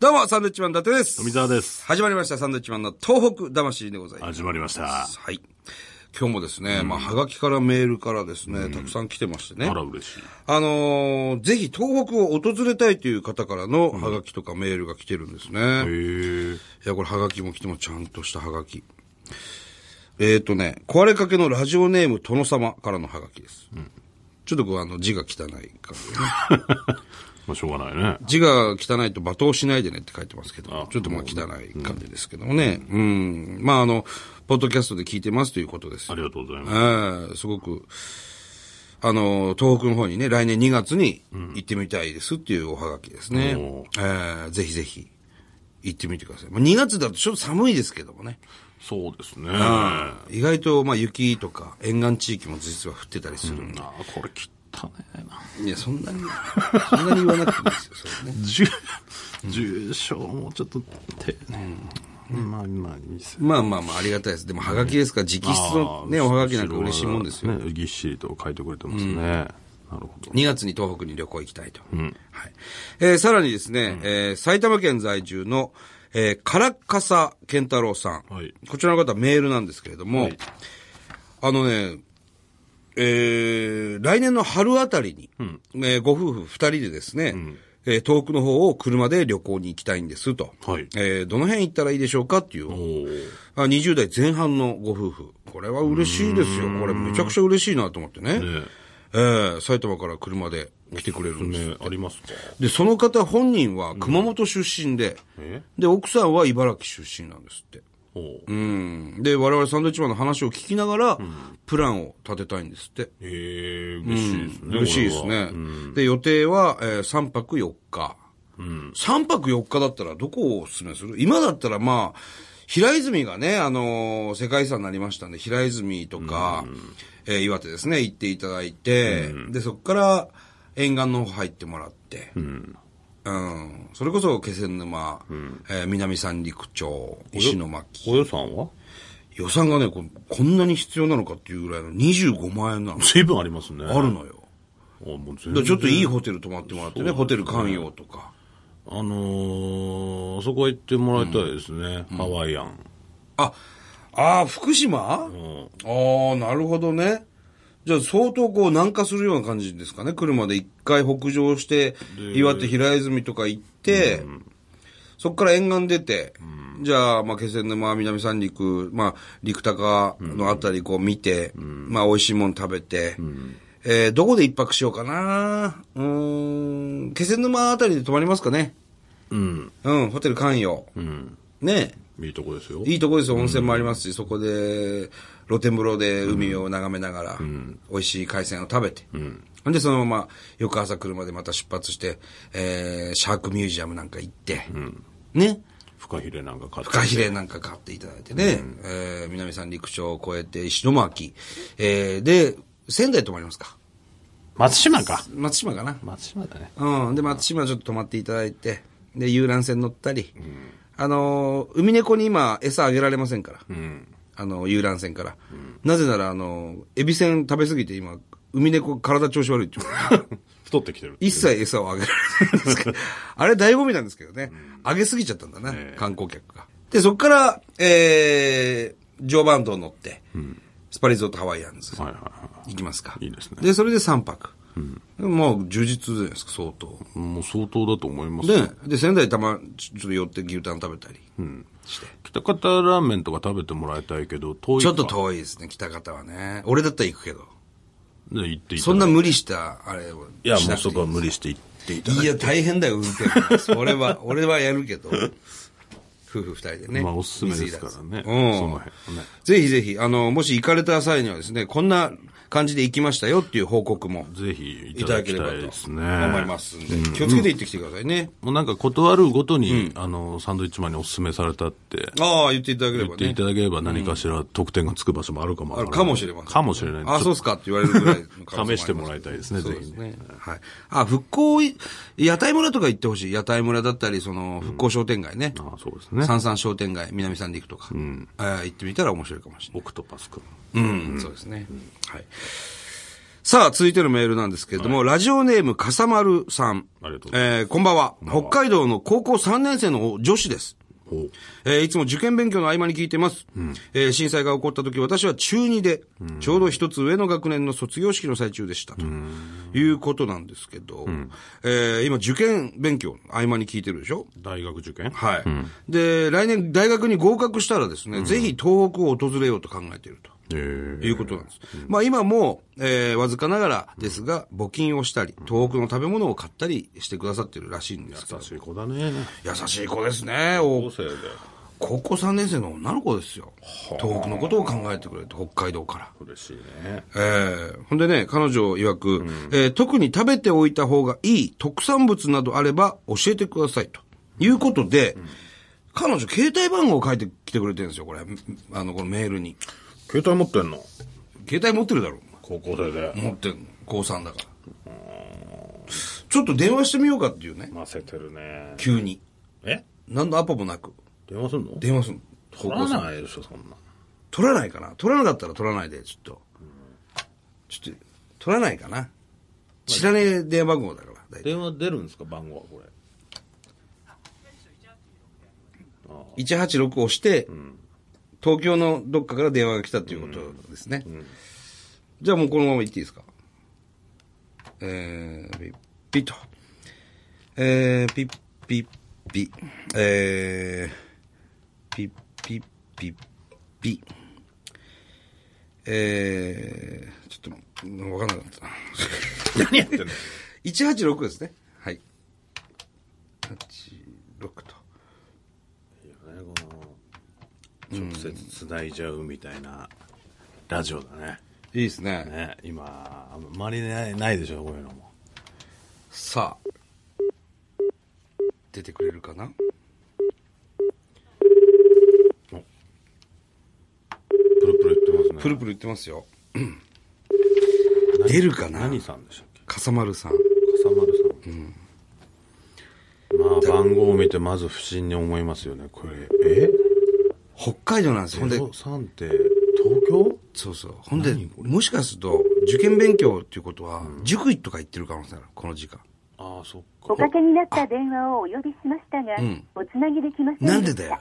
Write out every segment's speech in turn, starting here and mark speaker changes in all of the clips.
Speaker 1: どうも、サンドウィッチマン伊達です。
Speaker 2: 富澤です
Speaker 1: 始まりました、サンドウィッチマンの東北魂でございます。
Speaker 2: 始まりました。
Speaker 1: はい。今日もですね、まあ、はがきからメールからですね、たくさん来てましてね。
Speaker 2: あら嬉しい。
Speaker 1: あのーぜひ東北を訪れたいという方からのハガキとかメールが来てるんですね。い
Speaker 2: へえ。
Speaker 1: や、これハガキも来てもちゃんとしたハガキ。えっ、ー、とね、壊れかけのラジオネーム殿様からのハガキです。ちょっとこう、あの、字が汚い感じでね。
Speaker 2: まあしょうがないね。
Speaker 1: 字が汚いと罵倒しないでねって書いてますけど
Speaker 2: あ、
Speaker 1: ちょっとまあ汚い感じですけどもね。うん。まああの、ポッドキャストで聞いてますということです
Speaker 2: あ
Speaker 1: よ。
Speaker 2: りがとうござい
Speaker 1: え
Speaker 2: ます。
Speaker 1: えすごく、あの、東北の方にね、来年2月に行ってみたいですっていうおはがきですね。
Speaker 2: お
Speaker 1: ええぜひぜひ、行ってみてください。まあ、2月だとちょっと寒いですけどもね。
Speaker 2: そうですね。
Speaker 1: うん意外と、まあ雪とか沿岸地域も実は降ってたりするんで。
Speaker 2: あーこれ切ったねな。
Speaker 1: いや、そんなに、そんなに言わなくていいですよ、それね。
Speaker 2: 重、重症もうちょっと丁寧に。まあまあ、いいですよ
Speaker 1: まあまあまあ、ありがたいです。でも、はがきですから、直筆のね、
Speaker 2: あー
Speaker 1: おはがきなんか嬉しいもんですよ。
Speaker 2: ねぎっしりと書いてくれてますね。なるほど。
Speaker 1: 2月に東北に旅行行きたいと。はい。えーさらにですね、えー埼玉県在住の、えー、唐笠健太郎さん。
Speaker 2: はい
Speaker 1: こちらの方はメールなんですけれども、
Speaker 2: はい
Speaker 1: あのね、えー来年の春あたりに、えーご夫婦二人でですね、えー東北の方を車で旅行に行きたいんですと。
Speaker 2: はい
Speaker 1: えーどの辺行ったらいいでしょうかっていう
Speaker 2: おー
Speaker 1: あ20代前半のご夫婦。これは嬉しいですよ。これめちゃくちゃ嬉しいなと思ってね。
Speaker 2: ね
Speaker 1: えー埼玉から車で来てくれるんです。
Speaker 2: ねありますか
Speaker 1: で、その方本人は熊本出身で、
Speaker 2: え
Speaker 1: で、奥さんは茨城出身なんですって。
Speaker 2: おー
Speaker 1: うん。で、我々サンドウィッチマンの話を聞きながら、プランを立てたいんですって。
Speaker 2: えー、嬉しいですね。
Speaker 1: 嬉しいです
Speaker 2: これは。
Speaker 1: ね。で、予定は、え3泊4日。3泊4日だったらどこをおすすめする今だったらまあ、平泉がね、あのー世界遺産になりましたんで、平泉とか、えー岩手ですね、行っていただいて、で、そこから沿岸の方入ってもらって、うん、それこそ気仙沼、えー南三陸町、石巻。
Speaker 2: お予算は
Speaker 1: 予算がねこ、こんなに必要なのかっていうぐらいの25万円なの。
Speaker 2: 随分ありますね。
Speaker 1: あるのよ。
Speaker 2: あも
Speaker 1: だ
Speaker 2: う全
Speaker 1: から
Speaker 2: 然
Speaker 1: ちょっといいホテル泊まってもらってね、ホテル寛容とか。
Speaker 2: あのー、そこ行ってもらいたいですね。ハワイアン。
Speaker 1: あ、ああ、福島、ああ、なるほどね。じゃあ相当こう南下するような感じですかね。車で一回北上して、岩手平泉とか行って、そっから沿岸出て、じゃあ、まあ、気仙沼、南三陸、まあ、陸高のあたりこう見て、まあ、美味しいもん食べて、えーどこで一泊しようかなうーん、気仙沼あたりで泊まりますかね。
Speaker 2: うん。
Speaker 1: うん、ホテル関与。
Speaker 2: うん。
Speaker 1: ね
Speaker 2: いいとこですよ。
Speaker 1: いいとこですよ、温泉もありますし、そこで、露天風呂で海を眺めながら、美味しい海鮮を食べて、ん、で、そのまま、翌朝車でまた出発して、えー、シャークミュージアムなんか行って、ね、
Speaker 2: フカヒレなんか買って。
Speaker 1: フカヒレなんか買っていただいてね、えー南三陸町を越えて石巻、えー、で、仙台泊まりますか。
Speaker 2: 松島か。
Speaker 1: 松島かな。
Speaker 2: 松島だね。
Speaker 1: うん。で、松島ちょっと泊まっていただいて、で、遊覧船乗ったり、あのー、海猫に今、餌あげられませんから。
Speaker 2: うん。
Speaker 1: あの、遊覧船から。なぜなら、あの、エビ船食べ過ぎて今、海猫体調子悪いって言う
Speaker 2: 太ってきてる。
Speaker 1: 一切餌をあげられないんですけど、 あれ醍醐味なんですけどね。あ、げすぎちゃったんだな、観光客が。で、そこから、えー、常磐道乗って、スパリゾートハワイアンズ
Speaker 2: はいはいは
Speaker 1: 行きますか。
Speaker 2: いいですね
Speaker 1: で、それで3泊。もう充実じゃないですか、相当。
Speaker 2: い。もう相当だと思います。
Speaker 1: で、で、仙台たま、ちょちょっと寄って牛タン食べたり。
Speaker 2: 北方ラーメンとか食べてもらいたいけど、遠い
Speaker 1: ち
Speaker 2: か
Speaker 1: ょっと遠いですね、北方はね。俺だったら行くけど。
Speaker 2: ね行っていただいて
Speaker 1: そんな無理した、あれをしなくて
Speaker 2: いや、もうそこは無理して行っていただい
Speaker 1: い
Speaker 2: て。
Speaker 1: や、大変だよ、運転。それは、 俺はやるけど。夫婦二人でね。
Speaker 2: まあ、おすすめですからね。
Speaker 1: 水入らず
Speaker 2: そ
Speaker 1: うん
Speaker 2: の辺。ね。
Speaker 1: ぜひぜひ、あの、もし行かれた際にはですね、こんな感じで行きましたよっていう報告も
Speaker 2: ぜひ
Speaker 1: い
Speaker 2: い
Speaker 1: た
Speaker 2: た
Speaker 1: だ
Speaker 2: だ
Speaker 1: け
Speaker 2: き
Speaker 1: れば
Speaker 2: た
Speaker 1: と
Speaker 2: いですね。
Speaker 1: 思いますんで、気をつけて行ってきてくださいね。
Speaker 2: もうなんか断るごとに、あの、サンドイッチマンにおすすめされたって、
Speaker 1: ああ、言っていただけれ
Speaker 2: 言
Speaker 1: ば
Speaker 2: ってい
Speaker 1: ね。
Speaker 2: ただければ何かしら特典がつく場所もあるかもわら
Speaker 1: あ
Speaker 2: な
Speaker 1: る
Speaker 2: い
Speaker 1: かもしれません。
Speaker 2: かもしれない。
Speaker 1: あ、そうっすかって言われるぐらいの可能性もあります
Speaker 2: 試してもらいたいですね、
Speaker 1: そう
Speaker 2: ぜ
Speaker 1: で
Speaker 2: ひ
Speaker 1: す
Speaker 2: ね。
Speaker 1: ね。はい。あ、復興い、屋台村とか行ってほしい。屋台村だったり、その、復興商店街ね。
Speaker 2: あそうですね。
Speaker 1: 三三商店街、南三陸とか。えー行ってみたら面白いかもしれない。
Speaker 2: オクトパスくん。
Speaker 1: うん、そうですね。はい。さあ、続いてのメールなんですけれども、ラジオネーム、笠丸さん。
Speaker 2: ありがとうござい
Speaker 1: えー、こんばんは。北海道の高校3年生の女子です。
Speaker 2: ほう
Speaker 1: えーいつも受験勉強の合間に聞いてます。えー震災が起こった時、私は中2で、ちょうど一つ上の学年の卒業式の最中でした。ということなんですけど、えー今受験勉強の合間に聞いてるでしょ
Speaker 2: 大学受験
Speaker 1: はい、で、来年大学に合格したらですね、ぜひ東北を訪れようと考えていると。
Speaker 2: ええ
Speaker 1: いうことなんです。まあ今も、えー、わずかながらですが、募金をしたり、東北の食べ物を買ったりしてくださってるらしいんですけど
Speaker 2: 優、しい子だね。
Speaker 1: 優しい子ですね。お
Speaker 2: 高生で。
Speaker 1: 高校3年生の女の子ですよ。東北のことを考えてくれて、北海道から。
Speaker 2: 嬉しいね。
Speaker 1: えーほんでね、彼女曰く、えー特に食べておいた方がいい特産物などあれば教えてくださいと。いうことで、彼女携帯番号を書いてきてくれてるんですよ、これ。あの、このメールに。
Speaker 2: 携帯持ってんの
Speaker 1: 携帯持ってるだろ、
Speaker 2: 高校生で。
Speaker 1: 持ってんの。高3だから。ちょっと電話してみようかっていうね。
Speaker 2: ませてるね。
Speaker 1: 急に。
Speaker 2: え
Speaker 1: 何のアポもなく。
Speaker 2: 電話すんの
Speaker 1: 電話するの。
Speaker 2: 取らないでしょ、そんな。
Speaker 1: 取らないかな取らなかったら取らないで、ちょっと。ちょっと、取らないかな知らねえ電話番号だから、大体。
Speaker 2: 電話出るんですか、番号はこれ。
Speaker 1: 186を押して、東京のどっかから電話が来たということですね。じゃあもうこのまま行っていいですかえー、ピッピッと。えー、ピッピッピ。えー、ピッピッピッピ。えー、ちょっと、うんわかんなかった。
Speaker 2: 何やってんの
Speaker 1: 186ですね。はい。86と。
Speaker 2: 直接繋いじゃうみたいなラジオだね。
Speaker 1: いいですね。
Speaker 2: ね、今、あんまりないないでしょ、こういうのも。
Speaker 1: さあ。出てくれるかな
Speaker 2: プルプル言ってますね。
Speaker 1: プルプル言ってますよ。出るかな
Speaker 2: 何さんでしたっけ
Speaker 1: 笠丸さん。
Speaker 2: 笠丸さん。まあ、番号を見てまず不審に思いますよね、これ。え
Speaker 1: 北海道なんですよ。ほんで、
Speaker 2: ?03 って、東京
Speaker 1: そうそう。ほんで、もしかすると、受験勉強っていうことは、塾とか行ってる可能性ある。この時間。
Speaker 2: ああ、そっ
Speaker 3: お
Speaker 2: か。
Speaker 3: かけになった電話をお呼びしましたが、
Speaker 1: ん
Speaker 3: おつなぎできません
Speaker 1: なん
Speaker 3: し
Speaker 1: で
Speaker 3: た
Speaker 1: だよ。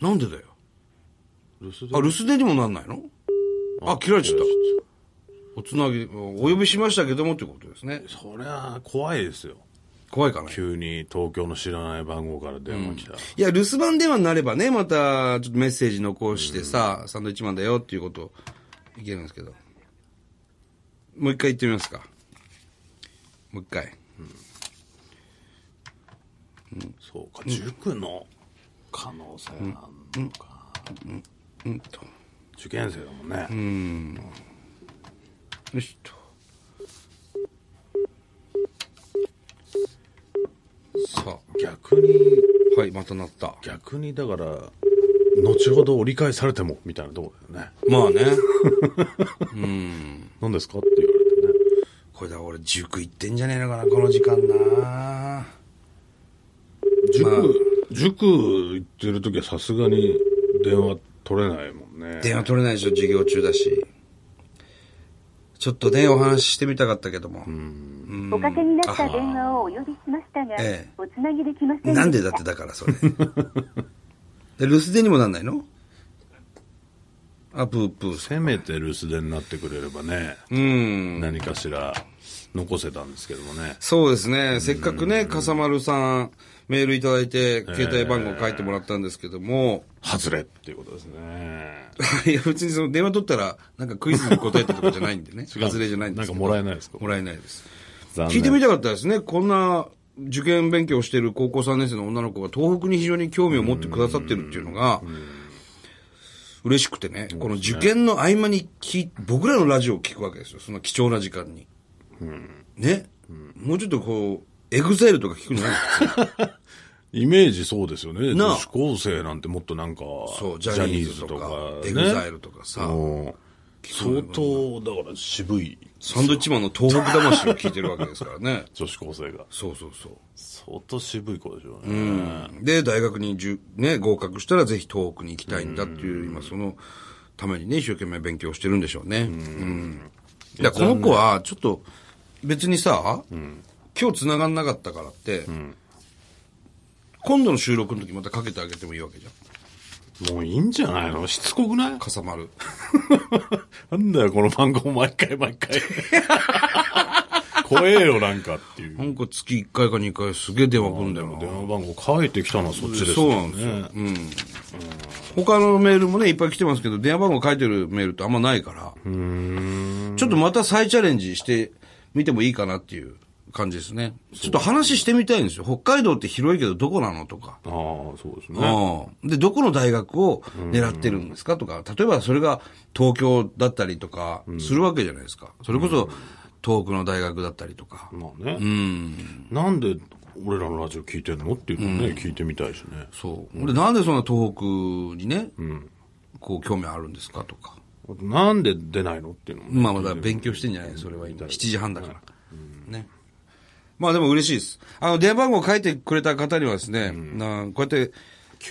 Speaker 1: なんでだよ。
Speaker 2: 留守
Speaker 1: あ、留守電にもなんないのあ、切られちゃった
Speaker 2: 切ら。
Speaker 1: おつなぎ、お呼びしましたけどもってことですね。
Speaker 2: そりゃあ、怖いですよ。
Speaker 1: 怖いかな。
Speaker 2: 急に東京の知らない番号から電話来たら。
Speaker 1: いや、留守番電話になればね、また、ちょっとメッセージ残してさ、サンドイッチマンだよっていうこと、いけるんですけど。もう一回言ってみますか。もう一回。
Speaker 2: そうか、塾の可能性あんのか。
Speaker 1: うんと。
Speaker 2: 受験生だもんね。
Speaker 1: よしと。さ
Speaker 2: 逆に、
Speaker 1: あ、はい、またなった。
Speaker 2: 逆にだから、後ほど折り返されても、みたいなとこだよね。
Speaker 1: まあね。
Speaker 2: 何ですかって言われてね。
Speaker 1: これだ、俺、塾行ってんじゃねえのかな、この時間な。
Speaker 2: 塾、
Speaker 1: まあ
Speaker 2: 塾行ってる時はさすがに電話取れないもんね。
Speaker 1: 電話取れないでしょ、授業中だし。ちょっとね、お話ししてみたかったけども。
Speaker 3: おかけになった電話をお呼びしましたが、
Speaker 1: ええ
Speaker 3: おつなぎできませんでした
Speaker 1: なんでだってだからそれ。で留守電にもなんないのあ、プープーさ
Speaker 2: せめて留守電になってくれればね、
Speaker 1: ん。うん。
Speaker 2: 何かしら残せたんですけどもね。
Speaker 1: そうですね。せっかくね、笠丸さん、メールいただいて、携帯番号書いてもらったんですけども、
Speaker 2: 外れっていうことですね。
Speaker 1: いや、別にその電話取ったら、なんかクイズに答えたとかじゃないん でね。
Speaker 2: 違う
Speaker 1: 外れじゃないんですけど
Speaker 2: なんかもらえないですか
Speaker 1: もらえないです。
Speaker 2: 残念
Speaker 1: 聞いてみたかったですね。こんな受験勉強をしている高校3年生の女の子が東北に非常に興味を持ってくださってるっていうのが、嬉しくてね、この受験の合間に聞い僕らのラジオを聞くわけですよ。その貴重な時間に。ね、もうちょっとこう、エグザイルとか聞くのないですか
Speaker 2: イメージそうですよね。
Speaker 1: なあ
Speaker 2: 女子高生なんてもっとなんか、
Speaker 1: そう、ジャニーズとか、エグザイルとかさ、
Speaker 2: うん相当、だから渋い
Speaker 1: サンドイッチマンの東北魂を聞いてるわけですからね。
Speaker 2: 女子高生が。
Speaker 1: そうそうそう。
Speaker 2: 相当渋い子でしょうね。
Speaker 1: で、大学にじゅ、ね、合格したらぜひ東北に行きたいんだっていう、今そのためにね、一生懸命勉強してるんでしょうね。うん。いや、この子は、ちょっと、別にさ、今日繋がんなかったからって、今度の収録の時またかけてあげてもいいわけじゃん。
Speaker 2: もういいんじゃないのしつこくない
Speaker 1: かさまる。
Speaker 2: なんだよ、この番号毎回 毎回。怖えよ、なんかっていう
Speaker 1: な。んか月1回か2回すげえ電話来んだよな
Speaker 2: 電話番号書いてきたのはそっちです
Speaker 1: そう
Speaker 2: も
Speaker 1: なんん
Speaker 2: ね
Speaker 1: ですよ。うん。他のメールもね、いっぱい来てますけど、電話番号書いてるメールってあんまないから、ちょっとまた再チャレンジしてみてもいいかなっていう感じですね。ちょっと話してみたいんですよ。北海道って広いけどどこなのとか。
Speaker 2: ああ、そうですね。
Speaker 1: うんで、どこの大学を狙ってるんですかとか、例えばそれが東京だったりとかするわけじゃないですか。それこそ東北の大学だったりとか。
Speaker 2: まあね。なんで俺らのラジオ聞いてんのっていうのね、聞いてみたいしね。
Speaker 1: そう。俺なんでそんな東北にね、こう興味あるんですかとか。
Speaker 2: あとなんで出ないのっていうのもね。
Speaker 1: まあまだ勉強してんじゃないそれは今。7時半だから。ね。まあでも嬉しいです。あの、電話番号書いてくれた方にはですね、なこうやって、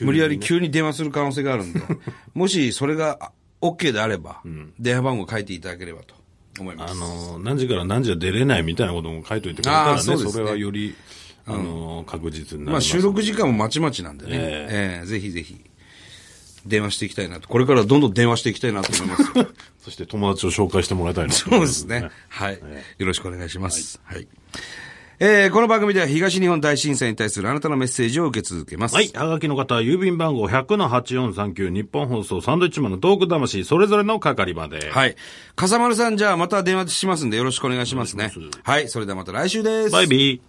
Speaker 1: 無理やり急に電話する可能性があるん で、もしそれがあ OK であれば、電話番号書いていただければと思いま
Speaker 2: あ
Speaker 1: す。
Speaker 2: の、何時から何時は出れないみたいなことも書いといてくれたら
Speaker 1: あ
Speaker 2: ね、
Speaker 1: あそう
Speaker 2: そ
Speaker 1: ですね
Speaker 2: れはより、あの、確実に
Speaker 1: ま
Speaker 2: なり
Speaker 1: あ
Speaker 2: ます。
Speaker 1: 収録時間もまちまちなんでね、ええぜひぜひ、電話していきたいなと。これからどんどん電話していきたいなと思います。
Speaker 2: そして友達を紹介してもらいたいなと
Speaker 1: そう
Speaker 2: 思い
Speaker 1: で
Speaker 2: ます
Speaker 1: ね。はい。よろしくお願いします。はい。えーこの番組では東日本大震災に対するあなたのメッセージを受け続けます。
Speaker 2: はい。。はがきの方は郵便番号100-8439日本放送サンドイッチマンのトーク魂それぞれの係まで。
Speaker 1: はい。笠丸さん、じゃあまた電話しますんでよろしくお願いしますね。はい。それではまた来週です。
Speaker 2: バイビー。